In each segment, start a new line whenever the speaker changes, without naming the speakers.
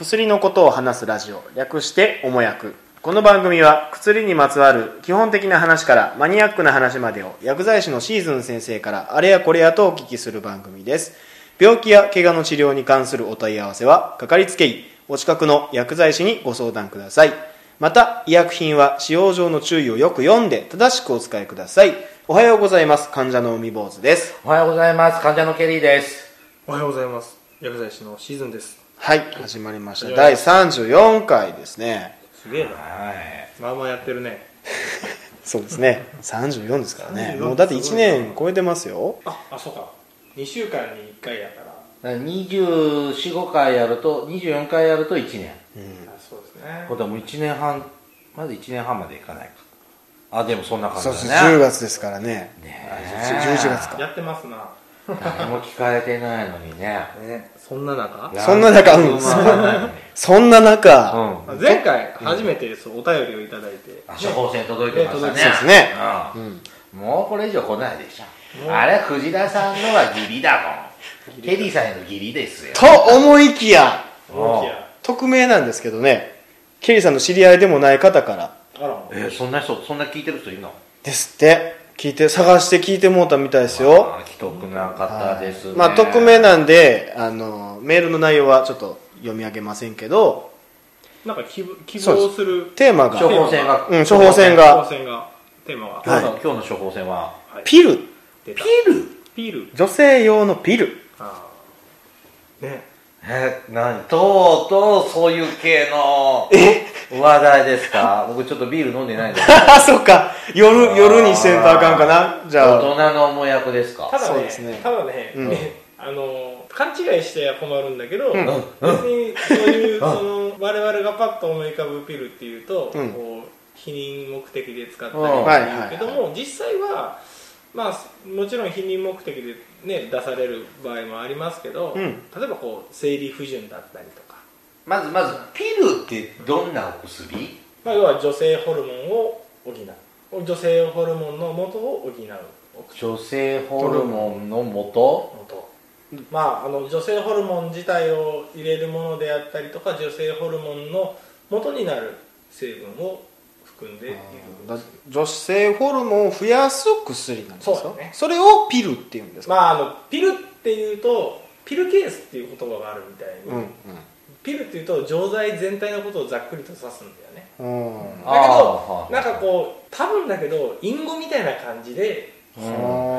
薬のことを話すラジオ略しておもやくこの番組は薬にまつわる基本的な話からマニアックな話までを薬剤師のシーズン先生からあれやこれやとお聞きする番組です病気や怪我の治療に関するお問い合わせはかかりつけ医お近くの薬剤師にご相談くださいまた医薬品は使用上の注意をよく読んで正しくお使いくださいおはようございます患者の海坊主です
おはようございます。患者のケリーです。
おはようございます薬剤師のシーズンです
はい始まりました第34回ですね
すげえな
はい。
まあまあやってるね
そうですね34ですからね
34
もうだって1年超えてますよ
ああそうか2週間に1回やから
24、5回やると、24回やると1年。
あそうですね
これでも1年半、まだ1年半までいかないか。あ、でもそんな感じ
そ
だ
うで
ね。
す10月ですからね11月か
やってますな
誰も聞かれてないのにね。
ねそんな中
そんな中うん
うま
そんな中、
あうん。
前回初めてそうお便りをいただいて
あ、処方箋届いてましたね。
ね届いて
ますね
うん。もうこれ以上来ないでしょ。あれ、藤田さんのは義理だもん。ケリーさんへの義理ですよ。
と思いきや
大きや
匿名なんですけどねケリーさんの知り合いでもない方から
あら
えー、そんな人、そんな聞いてる人いるの
ですって聞いて探して聞いてもうたみたいですよ
あー既得な方ですね、
まあ匿名なんであのメールの内容はちょっと読み上げませんけど
なんか希望希
そう
望
です
る
テーマが
処方箋が、
うん処方箋が
当選がテーマが
今日の,、
は
今日の処方箋は
ピル
出た
ル
ピール
女性用のピル
あーね
えなんとうとうそういう系の話題ですか僕ちょっとビール飲んでないんですけど
あそっか夜夜にせんとあかんかな じゃあ
大人のもやくですか
ただ
そう
ね
ですね
ただね、
うん
ねあの勘違いしては困るんだけど、
ん
別にそういうその我々がパッと思い浮かぶピルっていうと、
うん
こう避妊目的で使った
うん
りと
は
か
いはいはい
言うけども、実際は、まあ、もちろん避妊目的で、ね、出される場合もありますけど、
うん
例えばこう生理不順だったりとか、
まずまずピルってどんなお薬
まあ、要は女性ホルモンを補う女性ホルモンの元を補うお薬
女性ホルモンの元
元まああの女性ホルモン自体を入れるものであったりとか女性ホルモンの元になる成分を含んでいる
だ女性ホルモンを増やす薬なんですよ
そう
そ,、
だね
れをピルっていうんですか、
まああのピルっていうとピルケースっていう言葉があるみたいに、ピルっていうと錠剤全体のことをざっくりと指すんだよね
うんうん
だけ
あ
ど
ー
なんかこう多分だけど隠語みたいな感じで
うん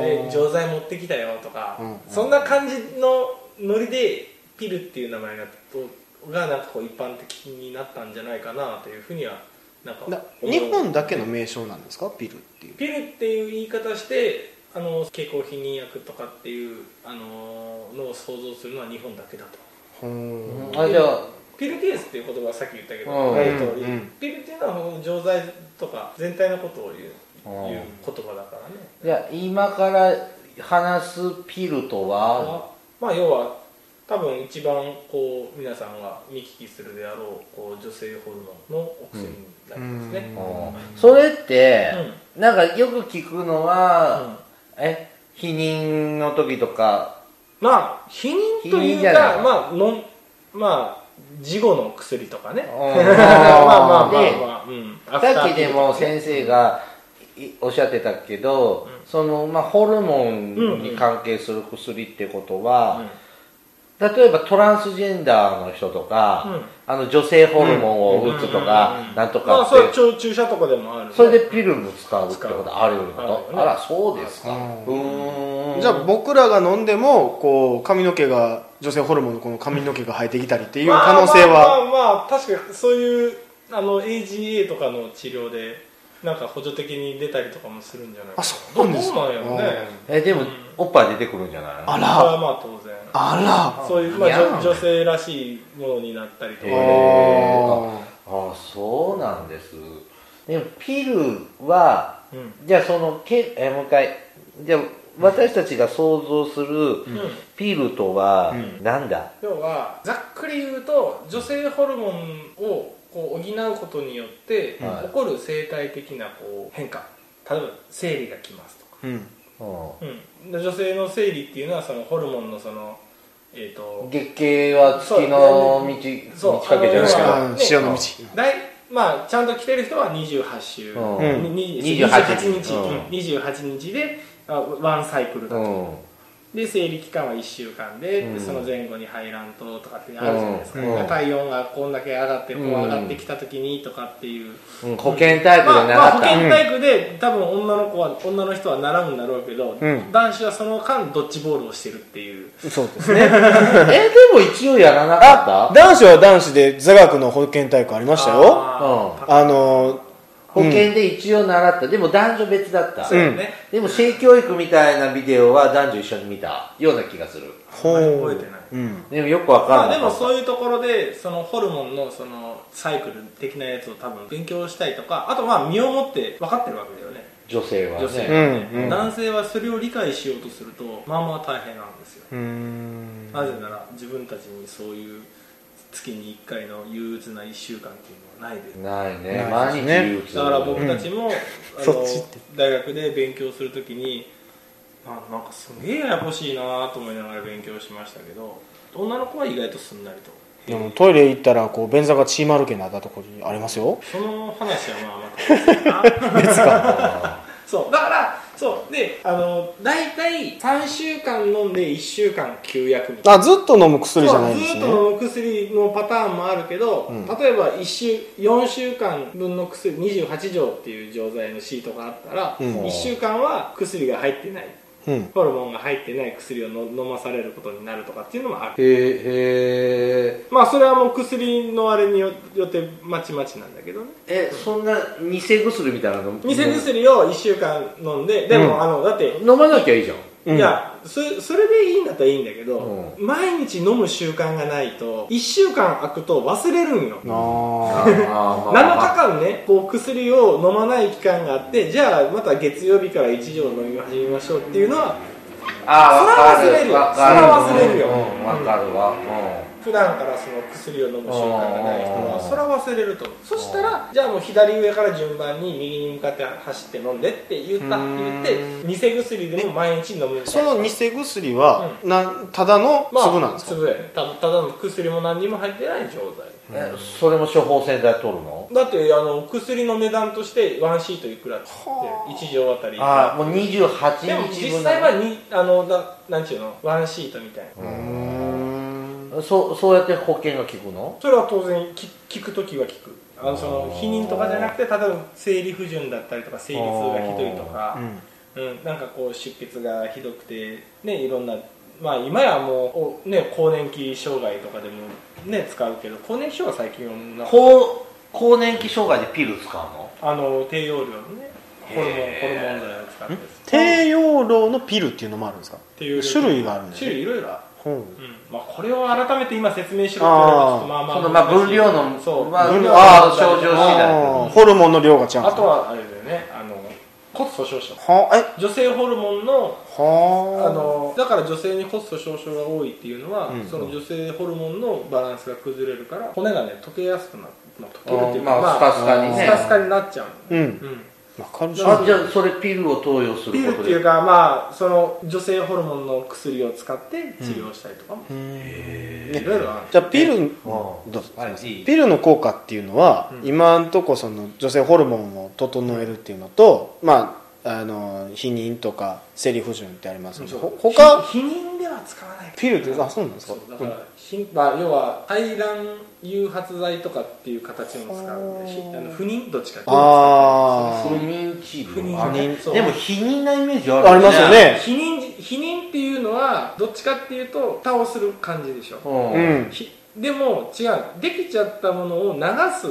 えー錠剤持ってきたよとか、
うん
そんな感じのノリでピルっていう名前がとがなんかこう一般的になったんじゃないかなというふうにはなんか
だ
思う
日本だけの名称なんですかピルっていう
ピルっていう言い方してあの経口避妊薬とかっていうあののを想像するのは日本だけだと
ほーん
うんあじゃあ
ピルケースっていう言葉はさっき言ったけど、
うん
えっと
うん
ピルっていうのはこの錠剤とか全体のことを言う
うん
言う言葉だからね
じゃあ今から話すピルとは
まあ要は多分一番こう皆さんが見聞きするであろうこう女性ホルモンのお薬になりますね。
うん
うん
うんそれって、なんかよく聞くのは、え避妊の時とか
まあ避妊と
避妊
いう
じゃない
かまあのんまあ事後の薬とかね。
うん
まあまあまあまあ
で
まあうんアフター
さっきでも
ピルとかね
先生がいおっしゃってたけど、そのまあ、ホルモンに関係する薬ってことは、例えばトランスジェンダーの人とか、
うん
あの女性ホルモンを打つと
うんうん
か
う、ん
なんと
ま
か
あ
っ
それ
て、
注注射とかでもある。
それでピルも使うってことあるようなこ
使う
とあら、そうですか。う
うん
ーん。
じゃあ僕らが飲んでもこう髪の毛が女性ホルモンのこの髪の毛が生えてきたりっていう可能性は、
まあまあまあ、まあ確かにそういうあの AGA とかの治療でなんか補助的に出たりとかもするんじゃないか
あそうなんですか
どうなんやろうね
え、でも、おっぱい出てくるんじゃないの
あ
それは
ら
まあ当然
あら
そういう、まあ、
いや
女女性らしいものになったりとか、
へーああそうなんですでもピルは
うん
じゃあそのけえもう一回じゃあ私たちが想像す
うん
るピルとはなんだ、
要はざっくり言うと女性ホルモンをこう補うことによって、
はい
起こる生態的なこう変化例えば生理が来ますとか
うん
うん
うん、女性の生理っていうのはそのホルモンのそのえっ、と
月経は月の道
そう
道かけじゃないけ
そう
ど
あのうん潮の道
だいまあちゃんと来てる人は28週、
うん
に
28
28
日
日、28日であワンサイクルだと、
うん
で生理期間は1週間で,で、
うん
その前後に排卵ととかってあるじゃないですか、
うんうん
体温がこんだけ上がってこう
うん
上がってきた時にとかっていう、
うん保険タイプで
まあ、
な
まあ
かっ
保
た、
健体育で多分女の子は女の人は習うんだろうけど、
うん
男子はその間ドッジボールをしてるっていう
そうです
えでも一応やらなか
あ
っ
男子は男子で座学の保健体育ありましたよ
た、
あ
うん、
あの
保険で一応習ったでも男女別だった、
ーそうだよね、
でも性教育みたいなビデオは男女一緒に見たような気がする
ほ
あん
う
まり覚えてない
うん
でもよくわか
ま
ん
あ
な
で
い、ま
も
あ、
そういうところでそのホルモンのそのサイクル的なやつを多分勉強したりとかあとまあ身をもって分かってるわけだよね
女性は
女性
ね、
はね、
うんうん
男性はそれを理解しようとするとまあまあ大変なんですよ
うーん
なぜなら自分たちにそういう月に1回の憂鬱な1週間っていうのはないです
ないね
ない
毎日
ね
憂鬱
だから僕たちも、あ
そ
の
っちって
大学で勉強するときにあなんかすげえややこしいなと思いながら勉強しましたけど女の子は意外とすんなりと
でもトイレ行ったらこう便座が血まるけになったところありますよ
その話はまあまた別だな そうだからそうであの大体3週間飲んで1週間休薬みたいな
あずっと飲む薬じゃないんで
そ
す
う
ね
ずっと飲む薬のパターンもあるけど、
うん
例えば1週4週間分の薬28錠っていう錠剤のシートがあったら、
うん
1週間は薬が入ってない
うん
ホルモンが入ってない薬をの飲まされることになるとかっていうのもある
へえへえ
まあそれはもう薬のあれによよってまちまちなんだけどね
えそんな偽薬みたいなの
偽薬を1週間飲んででも、
うん
あのだって、
飲まなきゃいいじゃん
うん
いやそそれでいいんだったらいいんだけど、
う
毎日飲む習慣がないと1週間空くと忘れるんよ、
あ
7
7日間ねこう薬を飲まない期間があってじゃあまた月曜日から1錠飲み始めましょうっていうのは
ああ
それは忘れるよ
わか
それは忘れるよ
うんわかるわう
普段からその薬を飲む習慣がない人
う
は
ん
それは忘れるとそしたらじゃあもう左上から順番に右に向かって走って飲んでって言った
うん
言って偽薬でも毎日飲むみ
ー
た
そ
いな
の偽薬は、なん、ただの
まあ
粒なんですか、
粒やねたただの薬も何にも入ってない錠
ん
剤
えそれも処方箋で取るの
だってあの薬の値段としてワンシートいくらって
はあ
1錠あたりいくら
ああもう28
でも
日
実
分
際
な
はにあのななんちゅうのワンシートみたいな、
のそうそうやって保険が効くの
それは当然き聞く時は聞くあのその避妊とかじゃなくて例えば生理不順だったりとか生理痛がひどいと
う
か、
ん
うん、なんかこう出血がひどくてねいろんなまあ今やもうお、ね、更年期障害とかでもね使うけど更年期障害最近はな
高更年期障害でピル使うの
あの低用量のねホルモン
へ
ホル
ー
モン剤を使って
低用量のピルっていうのもあるんですか
低用量
種類があるんですね
種類いろいろある
ほう
うんまあ、これを改めて今説明しろと言われるとちょっとまあまあ
そのまあ分量の
そう
まあ
分量
あ
あ
あ症状次第だけ
あーホルモンの量が違うん
あ
です
と
か
はあれだよねあの骨粗しょう症
はあえ
女性ホルモンのあ
はあ
のだから女性に骨粗しょう症が多いっていうのは、
うん
その女性ホルモンのバランスが崩れるから骨がね溶けやすくなる、まあ、溶けるっていうか
まあスカスカに
ス
ね
カスカになっちゃう
うん
の、うん
わかるし
あじゃあそれピルを投与す
ピ
る
ル
こ
っ
と
てい
で
うかまあその女性ホルモンの薬を使って治療したりとかも、
うん
いろいろある
じゃあピルうんど
あ
うぞ
はいいい
ピルの効果っていうのは、
うん
今んとこその女性ホルモンを整えるっていうのとまああの避妊とか生理不順ってありますけどほ他
避妊では使わない
ピルってあそうなんですか
そうだから、ひまあ、要は排卵誘発剤とかっていう形も使うんでひあの不妊どっちかっていう
あ
不妊治療
不妊
あ
妊
そう
でも避妊なイメージある
ありますよね
避妊避妊っていうのはどっちかっていうと蓋をする感じでしょ、
う
うん
ん
ひでも違うできちゃったものを流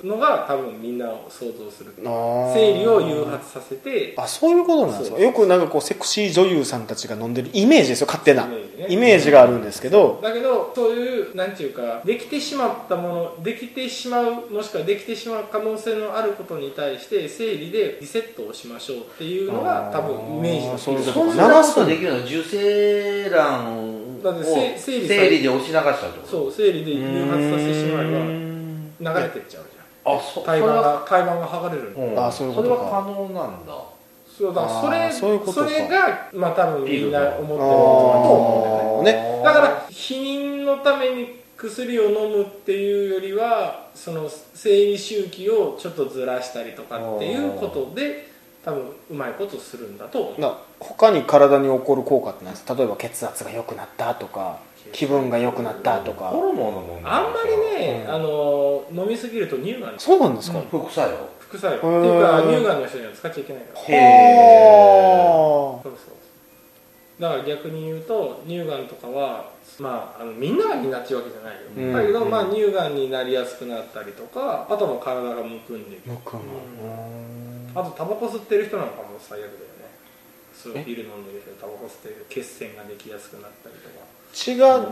すのが多分みんなを想像する
あー
生理を誘発させて
あそういうことなんです
そ
か
う
よくなんかこうセクシー女優さんたちが飲んでるイメージですよ勝手な
イメージね
イメージがあるんですけど
だけどそういうなんていうかできてしまったものできてしまうもしくはできてしまう可能性のあることに対して生理でリセットをしましょうっていうのが多分イメージの
そういうこと
そんなことできるの受精卵
だっ
を
てせ生理さ
生理で押し流したってこと
そう生理で誘発させてしま
う
え
ん
ば流れてっちゃうじゃん
あそそ
胎
れ
盤
は、
が胎盤が剥がれるの
あそういうこと
それ
か
は可能なんだ
そうだから
あー
そ
そういう
れ
こと
そ
か
れがまあ多分みんな思ってることだと思うんだよね
あーね
だから避妊のために薬を飲むっていうよりはその生理周期をちょっとずらしたりとかっていうことで多分うまいことするんだと思う
な他に体に起こる効果ってなんですか例えば血圧が良くなったとか気分が良くなったと
ホ
か
ルモンの問題
あんまりね、
うん
あの飲みすぎると乳がん
そうなんですか、
うん
副作用
副作用っていうか
へー
乳がんの人には使っちゃいけないから
へ
へ
え
そうそうだから逆に言うと乳がんとかはまああのみんながみんなっちゃうわけじゃないよ、
うん
だけど、
うん
まあ、乳がんになりやすくなったりとかあとも体がむくんでいく
むくむ
あとタバコ吸ってる人なんかも最悪だよねそう
え
ビール飲んでる人タバコ吸ってる血栓ができやすくなったりとか
血が
うん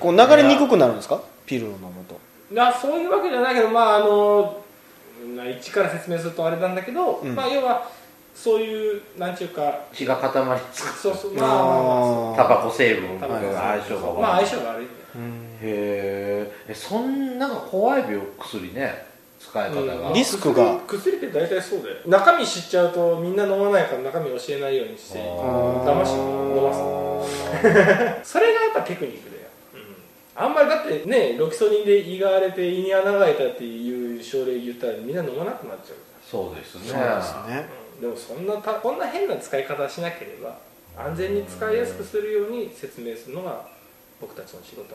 こう流れにくくなるんですかピルを飲むと
なそういうわけじゃないけどまああのな一から説明するとあれなんだけど、
うん
まあ要はそういうなんちゅうか
血が固まりつく
そうそうまあまあまあ
あー
タバコ成分と
タ
か
バコ
が相性が悪い、
まあ相性が悪いんだよ
へーえそんな怖い病薬ね使い方が、
う
あ
ん
リスクが
薬薬って大体そうだよ中身知っちゃうとみんな飲まないから中身教えないようにして
あ
騙して飲ませそれがやっぱテクニックだよ、あんまりだってねロキソニンで胃が荒れて胃に穴が開いたっていう症例言ったらみんな飲まなくなっちゃうじ
そうですね
そうですね
ゃん、でもそんなたこんな変な使い方しなければ安全に使いやすくするように説明するのが僕たちの仕事なんで、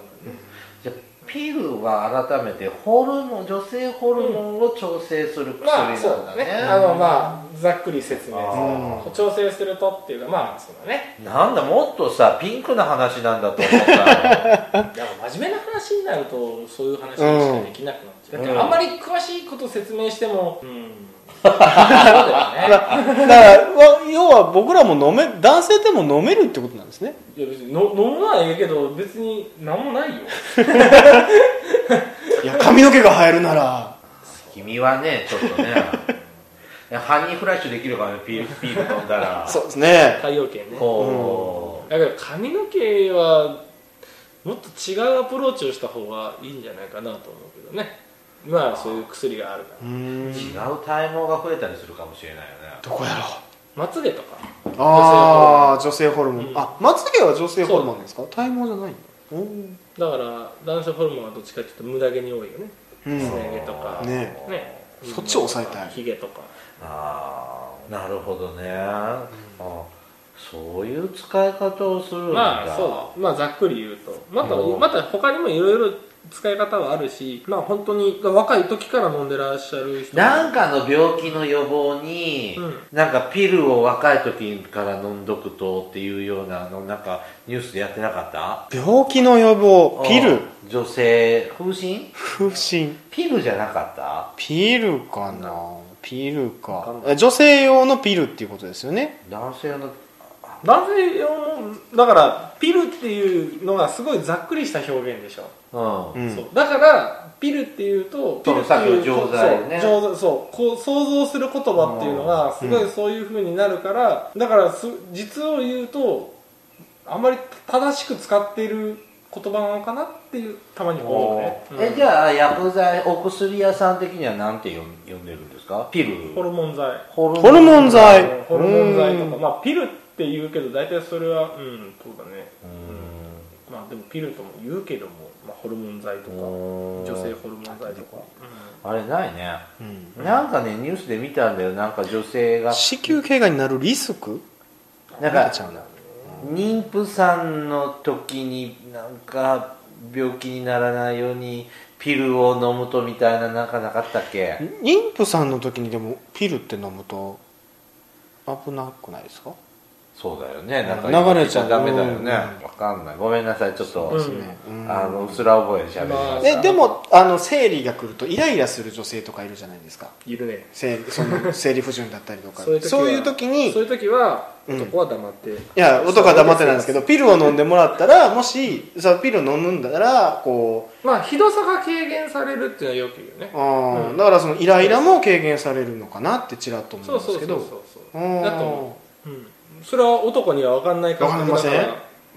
じゃあピルは改めてホルモン女性ホルモンを調整する薬
まあそう
なんだ
だ
ね,、
ねあのまあざっくり説明
あ
する調整するとっていうかまあそうだね
なんだもっとさピンクな話なんだと思ったよ
だから真面目な話になるとそういう話しかできなくなっちゃう、
うん
だってあんまり詳しいこと説明しても、うん、 そうだよ
だ
ね
からわ要は僕らも飲め男性でも飲めるってことなんです ね
いや別にの飲むのはええけど別に何も ないよ
いや髪の毛が生えるなら
君はねちょっとねいやハニーフラッシュできるからねピルピル飲んだら
そうですね
太陽系ね
こ
だから髪の毛はもっと違うアプローチをした方がいいんじゃないかなと思うけどねまあそういう薬があるか
う
ら
う、
ん
違う体毛が増えたりするかもしれないよね
どこやろう
まつげとか
ああ女性ホルモン、
うん
あまつげは女性ホルモンですか体毛じゃないのうん
だから男性ホルモンはどっちかっていうと無駄毛に多いよね
うん
すね毛とか
ね
ね
そっちを抑えたい
ひげとか
ああなるほどね、あそういう使い方をするんだ、
まあそうまあざっくり言うとまた
うん
また他にもいろいろ使い方はあるしまあ本当に若い時から飲んでらっしゃる人も
なんかの病気の予防に、
う
なんかピルを若い時から飲んどくとっていうようなのなんかニュースでやってなかった
病気の予防ピ
うん
ル
女性風疹
不疹
ピルじゃなかった
ピルかなピル
わか
か
んない
女性用のピルっていうことですよね
男性の
男性用もだからピルっていうのがすごいざっくりした表現でしょ、
うん、
うん
そうだからピルっていうとピ
その
ルっていう
さっきの錠剤ね
そう錠剤そうこう想像する言葉っていうのがすごいそういうふうになるから、だからす実を言うとあんまり正しく使っている言葉なのかなっていうたまに思うね、うん
えじゃあ薬剤お薬屋さん的にはなんて呼ん呼んでるんですかピル
ホルモン剤
ホ
ホルモン剤
ホルモン剤とか
うん
まあピルって言うけど大体それはうんそうだね
うん
まあでもピルとも言うけども、まあ、ホルモン剤とか
女
女性ホルモン剤とか、
あれないね
うん
なんかねニュースで見たんだよなんか女性が
子宮頸がんになるリスク
なん
なんか
か
ちゃうな
妊婦さんの時になんか病気にならないようにピルを飲むとみたいななんかなかったっけ
妊婦さんの時にでもピルって飲むと危なくないですか
そうだよねなんか
流れちゃう
ダメだよ
うん
ねわかんないごめんなさいちょっと、
うん
ねうん
あのうすら覚えでしゃべりました、
えでもあの生理が来るとイライラする女性とかいるじゃないですか
いるね
生理そ の生理不順だったりとか
そうい
い
う時は
う時に
そういう時は
うん
男は黙って、
いや男は黙ってなんですけどピルを飲んでもらったらもしそのピルを飲むんだらこ
まあひどさが軽減されるっていうのはよく言うよね
うあー、
うん
だからそのイライラも軽減されるのかなってちらっと思うん
そう
で
そう
す
そ
け
うそう
ど
そう
あー
だと思う、うん、それは男には分かんない感覚だか
わかりま
ら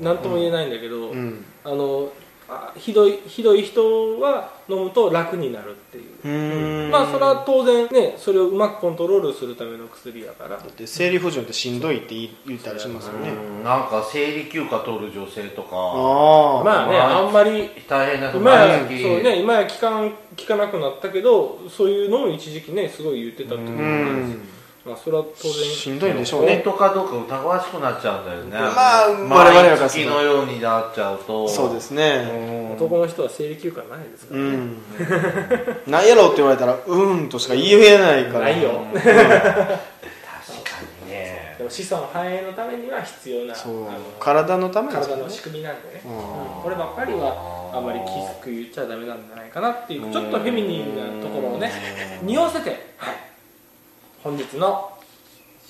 何とも言えないんだけど、
うん
あのあひどいひどい人は飲むと楽になるっていう
うーん
まあそれは当然ねそれをうまくコントロールするための薬やから
だって生理不順ってしんどいって言い言ったりしますよね
うんなんか生理休暇取る女性とか
ああ
まあね
まあ
あんまり
大変な
今
毎
やそう
月
ね今や聞かん聞かなくなったけどそういうのを一時期ねすごい言ってたってこと
う
なんですよ
ん
まあそれは当
し
然
んどいんでしょう
本
ね
当かどうか疑わしくなっちゃうんだよね
まあ我々
毎
はかす
月のようになっちゃうと
そうですすね
男の人は生理休暇ないですか
う
らね、
んなんやろうって言われたら「うん」としか言えないから
ないよ
確かにね
でも子孫繁栄のためには必要な
そ
あ
う
の
体のためです
体
よ
の仕組みなんでね、
う
うんん、こればっかりはあまりきつく言っちゃダメなんじゃないかなっていうちょっとフェミニンなところをね匂わせて、はい、本日の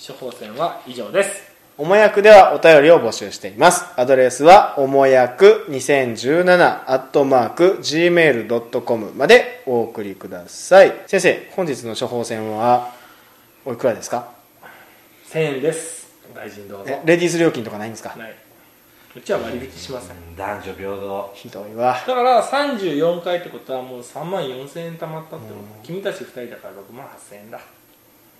処方箋は以上です
おもやくではお便りを募集しています。アドレスは、おもやく2017アットマーク gmail.com までお送りください。先生、本日の処方箋は、おいくらですか
1000円です大臣どうぞ
えレディース料金とかないんですか
ないこっちは割引しません
男女平等
ひどいわ。
だから34回ってことはもう3万4000円貯まったってこと君たち2人だから6万8000円だ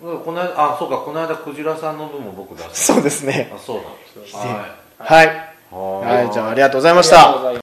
うんこの間あそうかこの間クジラさんの分も僕出した
そうですね。
あそうだはい
はい。
は
はい、じゃあありがとうござい
あ
ました。
りがとうござい